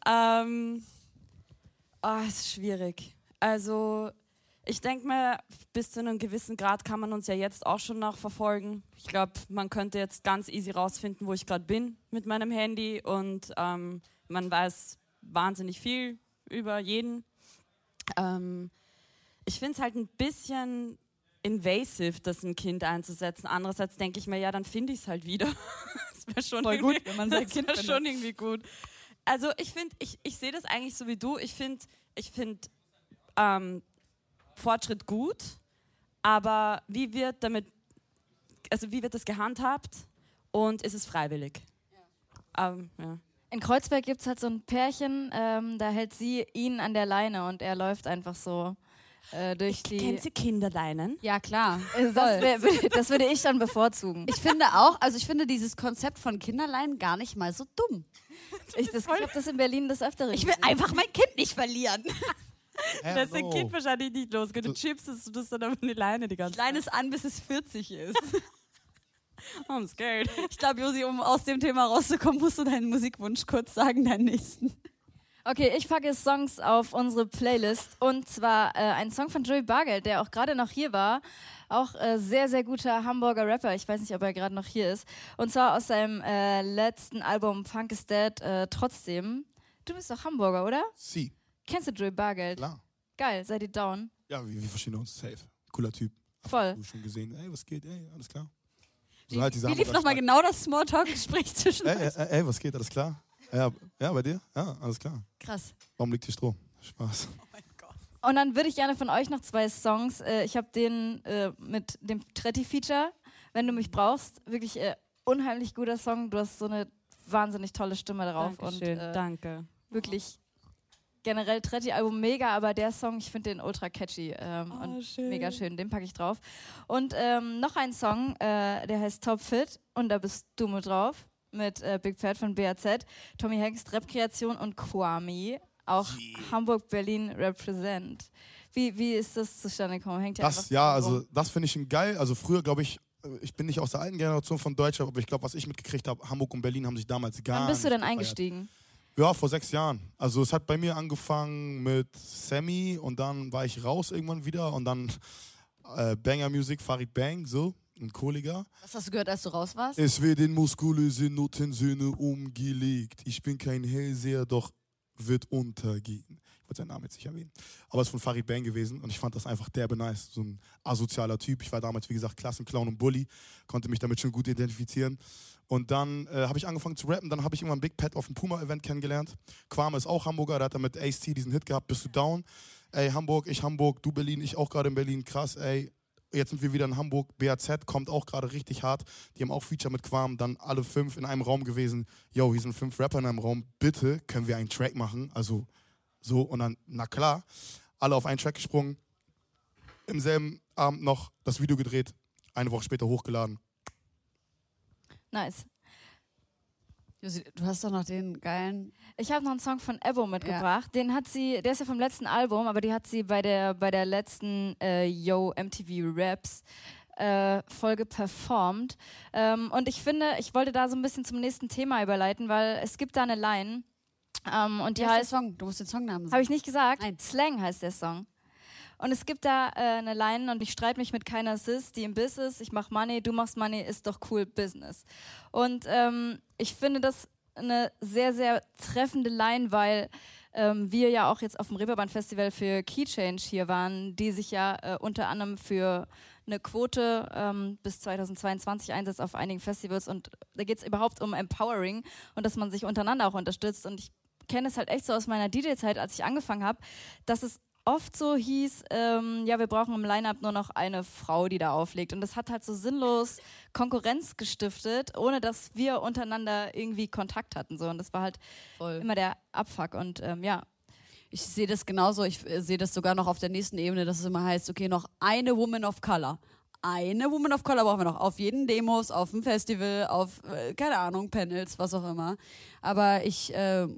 Aber. (laughs) ähm, oh, es ist schwierig. Also, ich denke mal, bis zu einem gewissen Grad kann man uns ja jetzt auch schon nachverfolgen. Ich glaube, man könnte jetzt ganz easy rausfinden, wo ich gerade bin mit meinem Handy und ähm, man weiß wahnsinnig viel über jeden. Ähm, ich finde es halt ein bisschen invasive, das ein Kind einzusetzen. Andererseits denke ich mir, ja, dann finde ich es halt wieder. das (laughs) wäre schon
Voll
irgendwie-
gut, wenn man sein
(laughs) das
Kind
wär
findet.
schon irgendwie gut. Also ich finde, ich, ich sehe das eigentlich so wie du. Ich finde ich find, ähm, Fortschritt gut, aber wie wird damit, also wie wird das gehandhabt und ist es freiwillig? Ähm, ja.
In Kreuzberg gibt es halt so ein Pärchen, ähm, da hält sie ihn an der Leine und er läuft einfach so äh, durch die.
Kennt sie Kinderleinen?
Ja, klar.
Also
Voll.
das, wär, das (laughs) würde ich dann bevorzugen.
Ich finde auch, also ich finde dieses Konzept von Kinderlein gar nicht mal so dumm.
Ich, das- ich habe das in Berlin des Öfteren.
Ich will einfach mein Kind nicht verlieren.
Das ist ein
Hello.
Kind wahrscheinlich nicht losgeht.
So-
Du chipsest du das dann aber eine Leine die ganze Zeit.
Kleines an, bis es 40 ist.
I'm scared.
Ich glaube, Josi, um aus dem Thema rauszukommen, musst du deinen Musikwunsch kurz sagen, deinen nächsten.
Okay, ich packe Songs auf unsere Playlist und zwar äh, ein Song von Joey Bargeld, der auch gerade noch hier war. Auch äh, sehr, sehr guter Hamburger Rapper. Ich weiß nicht, ob er gerade noch hier ist. Und zwar aus seinem äh, letzten Album Funk is Dead. Äh, trotzdem, du bist doch Hamburger, oder?
Sie,
Kennst du Joey Bargeld?
klar.
Geil, seid ihr down?
Ja, wir, wir verstehen uns. Safe. Cooler Typ.
Voll.
Du schon gesehen, ey, was geht, ey, alles klar. So halt diese
Wie lief
Hamburger
nochmal genau das Smalltalk-Gespräch zwischen
Ey, ey, ey, was geht, alles klar? Ja, ja, bei dir? Ja, alles klar.
Krass.
Warum liegt hier Stroh? Spaß.
Und dann würde ich gerne von euch noch zwei Songs. Äh, ich habe den äh, mit dem Tretti-Feature, wenn du mich brauchst. Wirklich äh, unheimlich guter Song. Du hast so eine wahnsinnig tolle Stimme drauf.
Dankeschön,
Und äh,
danke.
wirklich generell Tretti-Album mega, aber der Song, ich finde den ultra catchy ähm, und mega schön. Den packe ich drauf. Und ähm, noch ein Song, äh, der heißt Top Fit und da bist du mit drauf mit äh, Big Pferd von BAZ, Tommy Hengst, Rap-Kreation und Kwami, auch Hamburg-Berlin Represent. Wie, wie ist das zustande gekommen? Hängt ja
Das,
einfach
ja,
so
also
rum.
das finde ich ein geil. Also früher, glaube ich, äh, ich bin nicht aus der alten Generation von Deutsch, aber ich glaube, was ich mitgekriegt habe, Hamburg und Berlin haben sich damals gar
Wann bist du
nicht
denn
gefeiert.
eingestiegen?
Ja, vor sechs Jahren. Also es hat bei mir angefangen mit Sammy und dann war ich raus irgendwann wieder und dann äh, Banger Music, Farid Bang, so, ein Kollega.
Was hast du gehört, als du raus warst?
Es wird in muskulöse Notensöhne umgelegt. Ich bin kein Hellseher, doch wird untergehen. Ich wollte seinen Namen jetzt nicht erwähnen. Aber es ist von Farid Bang gewesen und ich fand das einfach derbe nice. So ein asozialer Typ. Ich war damals, wie gesagt, Klassenclown und Bully. Konnte mich damit schon gut identifizieren. Und dann äh, habe ich angefangen zu rappen. Dann habe ich irgendwann Big Pat auf dem Puma-Event kennengelernt. Kwame ist auch Hamburger. Da hat er mit Ace T diesen Hit gehabt. Bist du down? Ey, Hamburg, ich Hamburg, du Berlin, ich auch gerade in Berlin. Krass, ey. Jetzt sind wir wieder in Hamburg. BAZ kommt auch gerade richtig hart. Die haben auch Feature mit Quam, dann alle fünf in einem Raum gewesen. Yo, hier sind fünf Rapper in einem Raum. Bitte können wir einen Track machen. Also so und dann, na klar, alle auf einen Track gesprungen. Im selben Abend noch das Video gedreht, eine Woche später hochgeladen.
Nice.
Jussi, du hast doch noch den geilen.
Ich habe noch einen Song von Ebo mitgebracht. Den hat sie, der ist ja vom letzten Album, aber die hat sie bei der, bei der letzten äh, Yo MTV Raps äh, Folge performt. Ähm, und ich finde, ich wollte da so ein bisschen zum nächsten Thema überleiten, weil es gibt da eine Line ähm, und die
Wie
heißt,
der Song. Du musst den Songnamen
habe
sagen.
ich nicht gesagt,
Hm. Nein.
Slang heißt der Song. Und es gibt da äh, eine Line und ich streite mich mit keiner Sis, die im Biss ist. Ich mach Money, du machst Money, ist doch cool Business. Und ähm, ich finde das eine sehr, sehr treffende Line, weil ähm, wir ja auch jetzt auf dem Reeperbahn Festival für Key Change hier waren, die sich ja äh, unter anderem für eine Quote ähm, bis 2022 einsetzt auf einigen Festivals. Und da geht es überhaupt um Empowering und dass man sich untereinander auch unterstützt. Und ich kenne es halt echt so aus meiner DJ-Zeit, als ich angefangen habe, dass es oft so hieß, ähm, ja, wir brauchen im Line-Up nur noch eine Frau, die da auflegt. Und das hat halt so sinnlos Konkurrenz gestiftet, ohne dass wir untereinander irgendwie Kontakt hatten. So. Und das war halt
Voll.
immer der Abfuck. Und ähm, ja,
Ich sehe das genauso. Ich äh, sehe das sogar noch auf der nächsten Ebene, dass es immer heißt, okay, noch eine Woman of Color. Eine Woman of Color brauchen wir noch. Auf jeden Demos, auf dem Festival, auf, äh, keine Ahnung, Panels, was auch immer. Aber ich äh,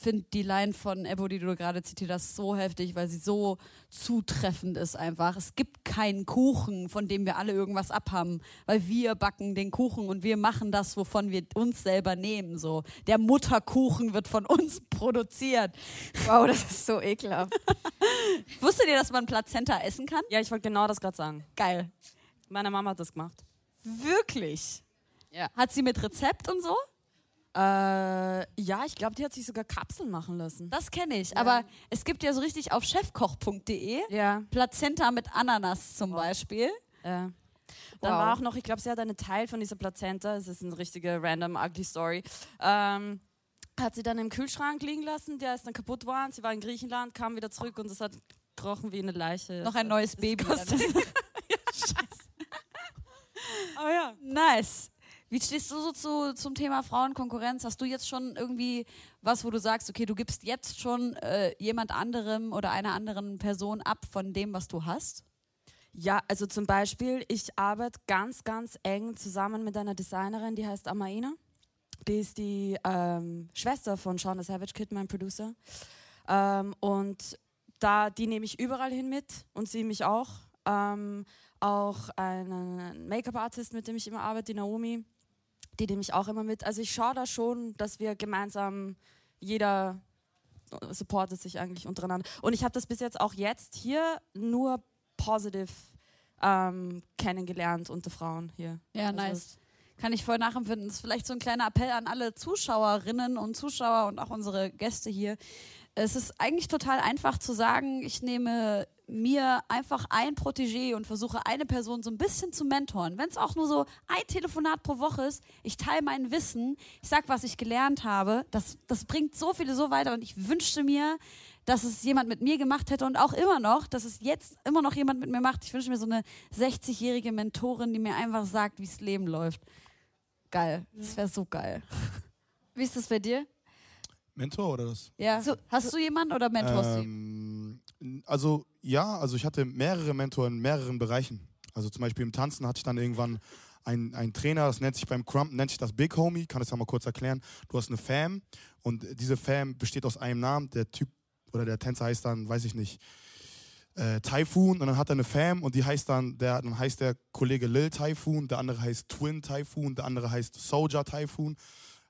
finde die Line von Ebo, die du gerade zitiert hast, so heftig, weil sie so zutreffend ist einfach. Es gibt keinen Kuchen, von dem wir alle irgendwas abhaben, weil wir backen den Kuchen und wir machen das, wovon wir uns selber nehmen. So der Mutterkuchen wird von uns (laughs) produziert.
wow, das ist so ekelhaft.
Wusstet ihr, dass man Plazenta essen kann?
Ja, ich wollte genau das gerade sagen.
Geil.
Meine Mama hat das gemacht.
Wirklich?
Ja.
Hat sie mit Rezept und so?
Äh, ja, ich glaube, die hat sich sogar Kapseln machen lassen.
Das kenne ich. Aber es gibt ja so richtig auf chefkoch.de
Ja.
Plazenta mit Ananas zum Beispiel.
Ja.
Wow.
Dann war auch noch, ich glaube, sie hat einen Teil von dieser Plazenta, es ist eine richtige random ugly story, ähm, hat sie dann im Kühlschrank liegen lassen, der ist dann kaputt geworden, sie war in Griechenland, kam wieder zurück und es hat gerochen wie eine Leiche.
Noch ein neues Baby. (laughs)
Oh ja.
nice. Wie stehst du so zu, zum Thema Frauenkonkurrenz? Hast du jetzt schon irgendwie was, wo du sagst, okay, du gibst jetzt schon äh, jemand anderem oder einer anderen Person ab von dem, was du hast?
Ja, also zum Beispiel, ich arbeite ganz, ganz eng zusammen mit einer Designerin, die heißt Amaina. Die ist die ähm, Schwester von Sean the Savage Kid, mein Producer. Ähm, und da, die nehme ich überall hin mit und sie mich auch. Ähm, auch einen Make-up-Artist, mit dem ich immer arbeite, die Naomi, die nehme ich auch immer mit. Also ich schaue da schon, dass wir gemeinsam, jeder supportet sich eigentlich untereinander. Und ich habe das bis jetzt auch jetzt hier nur positive ähm, kennengelernt unter Frauen hier.
Ja,
Also
nice. Kann ich voll nachempfinden. Das ist vielleicht so ein kleiner Appell an alle Zuschauerinnen und Zuschauer und auch unsere Gäste hier. Es ist eigentlich total einfach zu sagen, ich nehme mir einfach ein Protégé und versuche eine Person so ein bisschen zu mentoren. Wenn es auch nur so ein Telefonat pro Woche ist, ich teile mein Wissen, ich sag, was ich gelernt habe. Das, das bringt so viele so weiter und ich wünschte mir, dass es jemand mit mir gemacht hätte und auch immer noch, dass es jetzt immer noch jemand mit mir macht. Ich wünsche mir so eine 60-jährige Mentorin, die mir einfach sagt, wie das Leben läuft. Geil. Das wäre so geil.
Wie ist das bei dir?
Mentor oder das?
Ja. Hast du jemanden oder mentorst
äh,
du ihn?
Ähm, also ja, also ich hatte mehrere Mentoren in mehreren Bereichen. Also zum Beispiel im Tanzen hatte ich dann irgendwann einen, einen Trainer, das nennt sich beim Crump, nennt sich das Big Homie, kann das ja mal kurz erklären. Du hast eine Fam und diese Fam besteht aus einem Namen, der Typ oder der Tänzer heißt dann, weiß ich nicht, äh, Typhoon und dann hat er eine Fam und die heißt dann, der, dann heißt der Kollege Lil Typhoon, der andere heißt Twin Typhoon, der andere heißt Soldier Typhoon.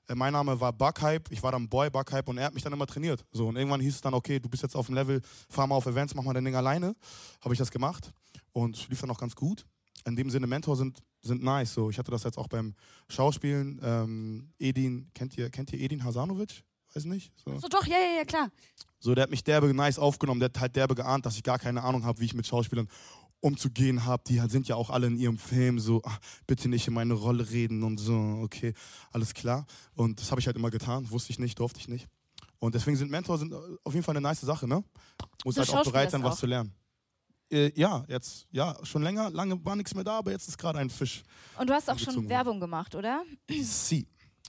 Äh, mein Name war Buckhype, ich war dann Boy Buckhype und er hat mich dann immer trainiert. So, und irgendwann hieß es dann, okay, du bist jetzt auf dem Level, fahr mal auf Events, mach mal dein Ding alleine. Habe ich das gemacht und lief dann auch ganz gut. In dem Sinne, Mentor sind, sind nice. So, ich hatte das jetzt auch beim Schauspielen. Ähm, Edin, kennt ihr, kennt ihr Edin Hasanovic? Weiß nicht. So.
So doch, ja, ja, ja, klar.
So, der hat mich derbe nice aufgenommen, der hat halt derbe geahnt, dass ich gar keine Ahnung habe, wie ich mit Schauspielern umzugehen habe. Die halt sind ja auch alle in ihrem Film so, ah, bitte nicht in meine Rolle reden und so, okay, alles klar. Und das habe ich halt immer getan, wusste ich nicht, durfte ich nicht. Und deswegen sind Mentor sind äh, auf jeden Fall eine nice Sache, ne? Muss
Du
halt auch bereit
schauspielerst
sein, was
auch.
zu lernen. Äh, ja, jetzt, ja, schon länger, lange war nichts mehr da, aber jetzt ist gerade
(clears throat)
ein Fisch.
Und du hast auch
Angezogen
schon
worden.
Werbung gemacht, oder?
Sie,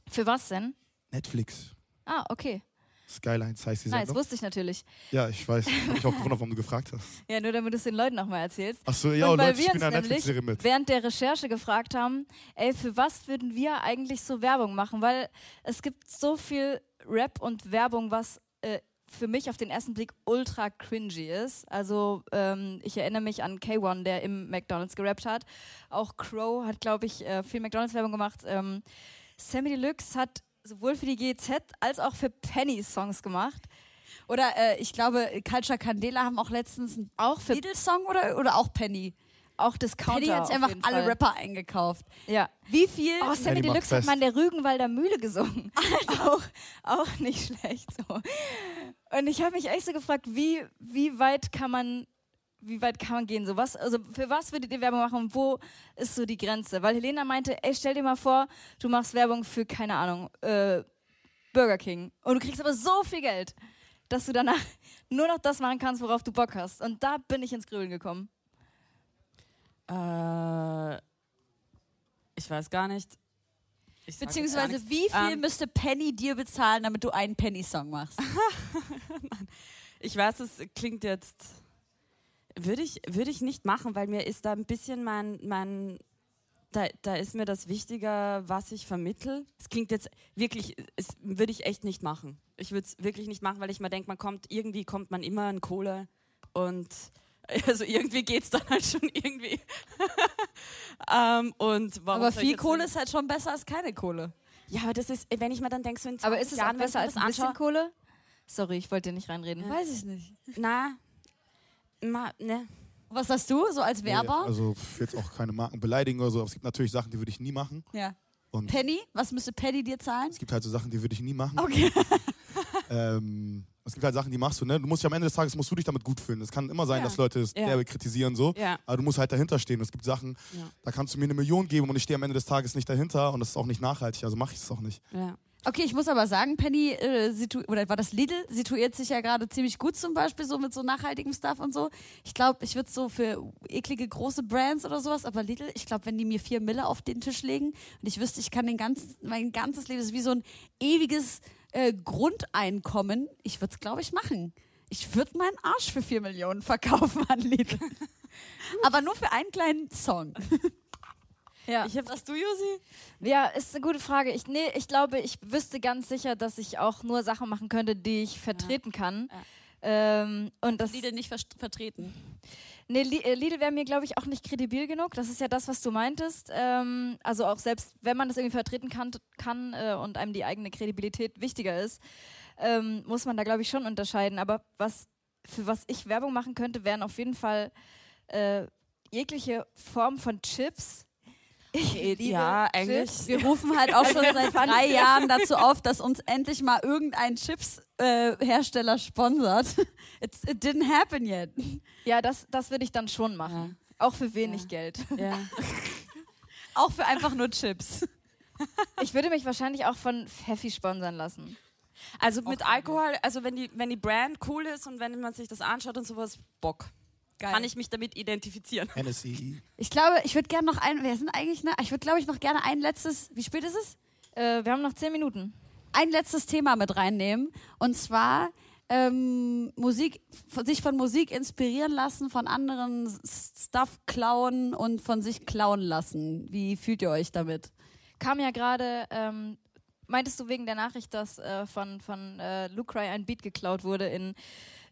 Für was denn?
Netflix.
Ah, okay.
Skylines heißt die
Nice,
Sendung.
wusste ich natürlich.
Ja, ich weiß. Ich hab auch gewundert, warum du gefragt hast.
Ja, nur damit du es den Leuten nochmal erzählst.
Ach so, ja,
Und weil
Leute, ich
wir
bin in einer
uns nämlich
Netflix-Serie mit.
während der Recherche gefragt haben, ey, für was würden wir eigentlich so Werbung machen? Weil es gibt so viel Rap und Werbung, was äh, für mich auf den ersten Blick ultra cringy ist. Also ähm, ich erinnere mich an K1, der im McDonald's gerappt hat. Auch Crow hat, glaube ich, äh, viel McDonald's-Werbung gemacht. Ähm, Sammy Deluxe hat sowohl für die GZ als auch für Penny Songs gemacht.
Oder äh, ich glaube, Culture Candela haben auch letztens einen
Auch für
Lidl-Song oder, oder auch Penny.
auch Discounter.
Penny hat
auf
einfach
jeden
alle
Fall.
Rapper eingekauft.
Ja.
Wie viel?
Oh, Sammy
die macht
Deluxe hat
fest.
mal in der Rügenwalder Mühle gesungen. (laughs) Also auch, auch nicht schlecht so. Und ich habe mich echt so gefragt, wie, wie weit kann man wie weit kann man gehen? So was, also für was würdet ihr Werbung machen? und Wo ist so die Grenze? Weil Helena meinte, ey, stell dir mal vor, du machst Werbung für, keine Ahnung, äh, Burger King. Und du kriegst aber so viel Geld, dass du danach (laughs) nur noch das machen kannst, worauf du Bock hast. Und da bin ich ins Grübeln gekommen.
Äh, ich weiß gar nicht. Ich sag jetzt gar nichts.
Beziehungsweise wie viel
Ähm,
müsste Penny dir bezahlen, damit du einen Penny-Song
(laughs)
machst?
Ich weiß, es klingt jetzt. Würde ich, würde ich nicht machen, weil mir ist da ein bisschen mein. mein da, da ist mir das wichtiger, was ich vermittel. Es klingt jetzt wirklich, es würde ich echt nicht machen. Ich würde es wirklich nicht machen, weil ich mir denke, man kommt, irgendwie kommt man immer an Kohle und (laughs) also irgendwie geht es dann halt schon irgendwie. (laughs) ähm, und warum
Aber
soll ich
viel
jetzt-
Kohle ist halt schon besser als keine Kohle.
Ja, aber das ist, wenn ich mir dann denke, so in 20
Aber ist es auch
Jahren, wenn ich
besser
mir
als
das
ein bisschen
anschaue-
Kohle? Sorry, ich wollte dir nicht reinreden.
Weiß ich nicht.
Na, ma, ne.
Was hast du so als
Nee,
Werber?
also pff, jetzt auch keine Marken beleidigen oder so. Aber es gibt natürlich Sachen, die würde ich nie machen.
ja.
Und
Penny? Was müsste Penny dir zahlen?
es gibt halt so Sachen, die würde ich nie machen.
Okay.
(laughs) Ähm, es gibt halt Sachen, die machst du, ne? Du musst dich am Ende des Tages musst du dich damit gut fühlen. Es kann immer sein,
Ja.
dass Leute es
Ja.
derbe kritisieren so,
Ja.
aber du musst halt dahinter stehen. Es gibt Sachen,
Ja.
da kannst du mir eine Million geben und ich stehe am Ende des Tages nicht dahinter und das ist auch nicht nachhaltig, also mache ich es auch nicht.
Ja.
Okay, ich muss aber sagen, Penny, äh, situ oder war das Lidl, situiert sich ja gerade ziemlich gut zum Beispiel so mit so nachhaltigem Stuff und so. Ich glaube, ich würde so für eklige große Brands oder sowas, aber Lidl, ich glaube, wenn die mir vier Mille auf den Tisch legen und ich wüsste, ich kann den ganzen, mein ganzes Leben, das ist wie so ein ewiges äh, Grundeinkommen, ich würde es, glaube ich, machen. Ich würde meinen Arsch für vier Millionen verkaufen an (laughs) Lidl. aber nur für einen kleinen Song.
Ja.
Ich hab, was du, Josi?
Ja, ist eine gute Frage. Ich, nee, ich glaube, ich wüsste ganz sicher, dass ich auch nur Sachen machen könnte, die ich vertreten kann.
Ja. Also
Ähm, und das,
Lidl nicht vers- vertreten.
nee, Li- äh, Lidl wäre mir, glaube ich, auch nicht kredibil genug. Das ist ja das, was du meintest. Ähm, also auch selbst, wenn man das irgendwie vertreten kann, kann äh, und einem die eigene Kredibilität wichtiger ist, ähm, muss man da, glaube ich, schon unterscheiden. Aber was, für was ich Werbung machen könnte, wären auf jeden Fall äh, jegliche Form von Chips. Ich liebe
ja,
Chips.
eigentlich.
Wir rufen halt auch schon seit drei Jahren dazu auf, dass uns endlich mal irgendein Chips-Hersteller sponsert. It's, it didn't happen yet.
Ja, das, das würde ich dann schon machen. Auch für wenig Geld.
Ja.
Auch für einfach nur Chips.
Ich würde mich wahrscheinlich auch von Pfeffi sponsern lassen.
Also mit Alkohol, also wenn die, wenn die Brand cool ist und wenn man sich das anschaut und sowas, Bock.
Geil.
Kann ich mich damit identifizieren.
NSE.
Ich glaube, ich würde gerne noch ein, wer sind eigentlich, ne? Ich würde, glaube ich, noch gerne ein letztes, wie spät ist es?
Äh, wir haben noch zehn Minuten.
Ein letztes Thema mit reinnehmen. Und zwar ähm, Musik, von- sich von Musik inspirieren lassen, von anderen S- Stuff klauen und von sich klauen lassen. Wie fühlt ihr euch damit?
Kam ja gerade, ähm, meintest du wegen der Nachricht, dass äh, von, von äh, Lucry ein Beat geklaut wurde in,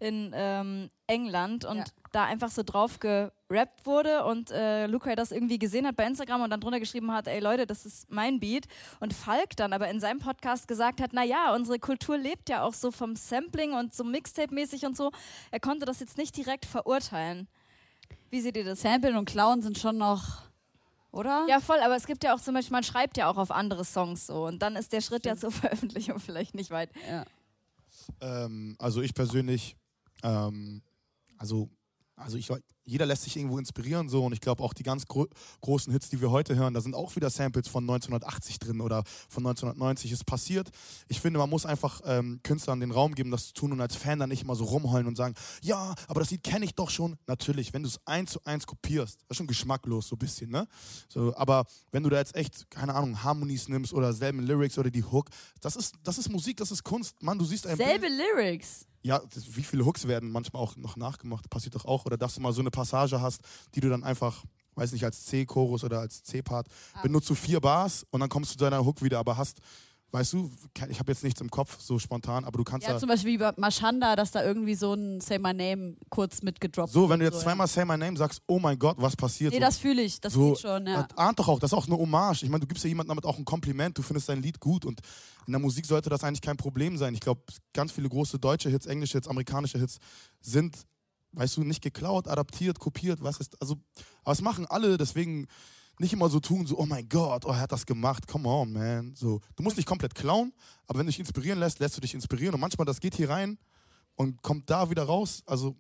in ähm, England und
Ja.
da einfach so drauf gerappt wurde und äh, Lucry das irgendwie gesehen hat bei Instagram und dann drunter geschrieben hat, ey Leute, das ist mein Beat. Und Falk dann aber in seinem Podcast gesagt hat, naja, unsere Kultur lebt ja auch so vom Sampling und so Mixtape-mäßig und so. Er konnte das jetzt nicht direkt verurteilen. Wie seht ihr das?
Samplen und Klauen sind schon noch, oder?
Ja, voll, aber es gibt ja auch zum Beispiel, man schreibt ja auch auf andere Songs so und dann ist der Schritt ja zur (laughs) Veröffentlichung vielleicht nicht weit.
Ähm, also ich persönlich, ähm, also, also ich, jeder lässt sich irgendwo inspirieren so und ich glaube auch die ganz gro großen Hits, die wir heute hören, da sind auch wieder Samples von 1980 drin oder von 1990 ist passiert. Ich finde, man muss einfach ähm, Künstlern den Raum geben, das zu tun und als Fan dann nicht immer so rumheulen und sagen, ja, aber das Lied kenne ich doch schon. Natürlich, wenn du es eins zu eins kopierst, das ist schon geschmacklos so ein bisschen, ne? So, aber wenn du da jetzt echt keine Ahnung Harmonies nimmst oder selben Lyrics oder die Hook, das ist das ist Musik, das ist Kunst, Mann. Du siehst ein
Selbe Lyrics.
ja, das, wie viele Hooks werden manchmal auch noch nachgemacht? Passiert doch auch. Oder dass du mal so eine Passage hast, die du dann einfach, weiß nicht, als C-Chorus oder als C-Part
Ah.
benutzt du vier Bars und dann kommst du zu deiner Hook wieder, aber hast, weißt du, ke- ich habe jetzt nichts im Kopf so spontan, aber du kannst
Ja,
da.
zum Beispiel wie bei Mashanda, dass da irgendwie so ein Say My Name kurz mitgedroppt
So,
wird,
wenn du jetzt
ja.
zweimal Say My Name sagst, oh mein Gott, was passiert?
Nee,
so,
das fühle ich, das
so
geht schon, ja.
ah- ahnt doch auch, das ist auch eine Hommage. Ich meine, du gibst ja jemandem damit auch ein Kompliment, du findest dein Lied gut und in der Musik sollte das eigentlich kein Problem sein. Ich glaube, ganz viele große deutsche Hits, englische Hits, amerikanische Hits sind, weißt du, nicht geklaut, adaptiert, kopiert, was ist, also, aber es machen alle, deswegen nicht immer so tun, so, oh mein Gott, oh, er hat das gemacht, come on, man. So, du musst nicht komplett klauen, aber wenn du dich inspirieren lässt, lässt du dich inspirieren und manchmal, das geht hier rein und kommt da wieder raus, also,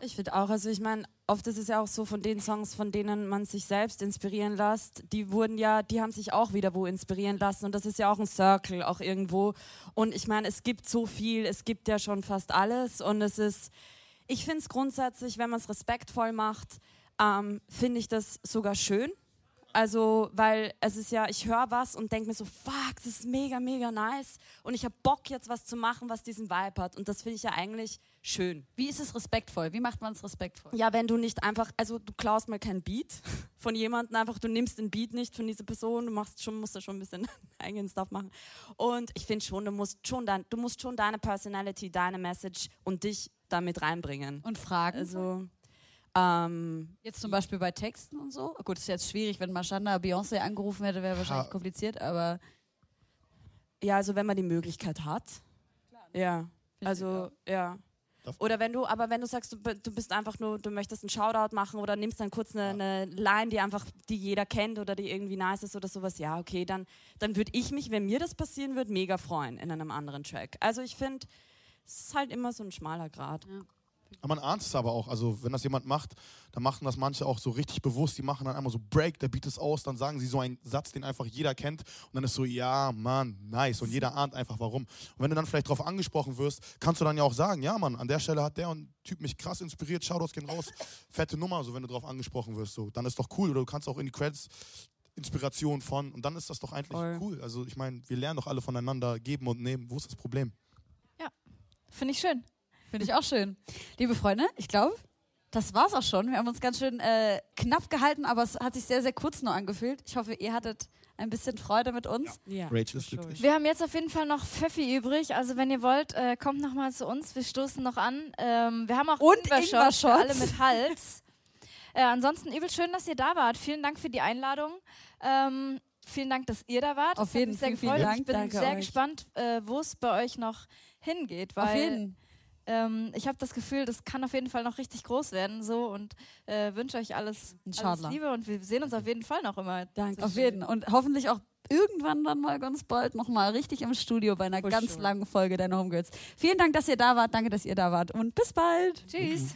Ich finde auch, also ich meine, oft ist es ja auch so von den Songs, von denen man sich selbst inspirieren lässt, die wurden ja, die haben sich auch wieder wo inspirieren lassen und das ist ja auch ein Circle auch irgendwo. Und ich meine, es gibt so viel, es gibt ja schon fast alles und es ist, ich finde es grundsätzlich, wenn man es respektvoll macht, ähm, finde ich das sogar schön. Also, weil es ist ja, ich höre was und denke mir so, fuck, das ist mega, mega nice. Und ich habe Bock, jetzt was zu machen, was diesen Vibe hat. Und das finde ich ja eigentlich schön.
Wie ist es respektvoll? Wie macht man es respektvoll?
Ja, wenn du nicht einfach, also du klaust mal kein Beat (laughs) von jemandem, einfach du nimmst den Beat nicht von dieser Person, du machst schon, musst da schon ein bisschen (laughs) eigenen Stuff machen. Und ich finde schon, du musst schon dein, du musst schon deine Personality, deine Message und dich damit reinbringen.
Und Fragen?
Also ähm,
Jetzt zum Beispiel bei Texten und so. Gut, ist jetzt schwierig, wenn Mashanda Beyoncé angerufen hätte, wäre wahrscheinlich
Ha.
kompliziert, aber
ja, also wenn man die Möglichkeit hat. Ja.
ne? Finde ich
Also, ja.
Darf-
Oder wenn du, aber wenn du sagst, du, b- du bist einfach nur, du möchtest einen Shoutout machen oder nimmst dann kurz eine, eine Line, die einfach, die jeder kennt oder die irgendwie nice ist oder sowas, ja, okay, dann, dann würde ich mich, wenn mir das passieren würde, mega freuen in einem anderen Track. Also ich finde, es ist halt immer so ein schmaler Grad.
Aber man ahnt es aber auch. Also, wenn das jemand macht, dann machen das manche auch so richtig bewusst. Die machen dann einmal so Break, der Beat ist aus, dann sagen sie so einen Satz, den einfach jeder kennt. Und dann ist so, ja, Mann, nice. Und jeder ahnt einfach, warum. Und wenn du dann vielleicht darauf angesprochen wirst, kannst du dann ja auch sagen, ja, Mann, an der Stelle hat der und Typ mich krass inspiriert, Shoutouts gehen raus. Fette Nummer, so wenn du darauf angesprochen wirst. So. Dann ist doch cool. Oder du kannst auch in die Credits Inspiration von. Und dann ist das doch eigentlich
Voll.
cool. Also, ich meine, wir lernen doch alle voneinander, geben und nehmen. Wo ist das Problem?
Finde ich schön.
finde ich auch schön. Liebe Freunde, ich glaube, das war's auch schon. Wir haben uns ganz schön äh, knapp gehalten, aber es hat sich sehr, sehr kurz nur angefühlt. Ich hoffe, ihr hattet ein bisschen Freude mit uns.
Ja.
Rachel ist glücklich.
Wir haben jetzt auf jeden Fall noch Pfeffi übrig. Also wenn ihr wollt, äh, kommt noch mal zu uns. Wir stoßen noch an. Ähm, wir haben auch
Und
Ingwer-Shots für
Ingwer-Shots.
alle mit Hals. (laughs) äh, ansonsten übel schön, dass ihr da wart. Vielen Dank für die Einladung. Ähm, vielen Dank, dass ihr da wart.
Auf
Es hat
jeden
mich sehr
Fall, vielen
gefreut.
Dank.
Ich bin
Danke
sehr
euch.
gespannt, äh, wo es bei euch noch hingeht, weil
Auf jeden.
Ähm, ich habe das Gefühl, das kann auf jeden Fall noch richtig groß werden. So und äh, wünsche euch alles, alles
Inshallah.
Liebe und wir sehen uns auf jeden Fall noch immer.
Danke.
Auf jeden. Und hoffentlich auch irgendwann dann mal ganz bald nochmal richtig im Studio bei einer ganz langen Folge deiner Homegirls. Vielen Dank, dass ihr da wart. Danke, dass ihr da wart. Und bis bald.
Tschüss.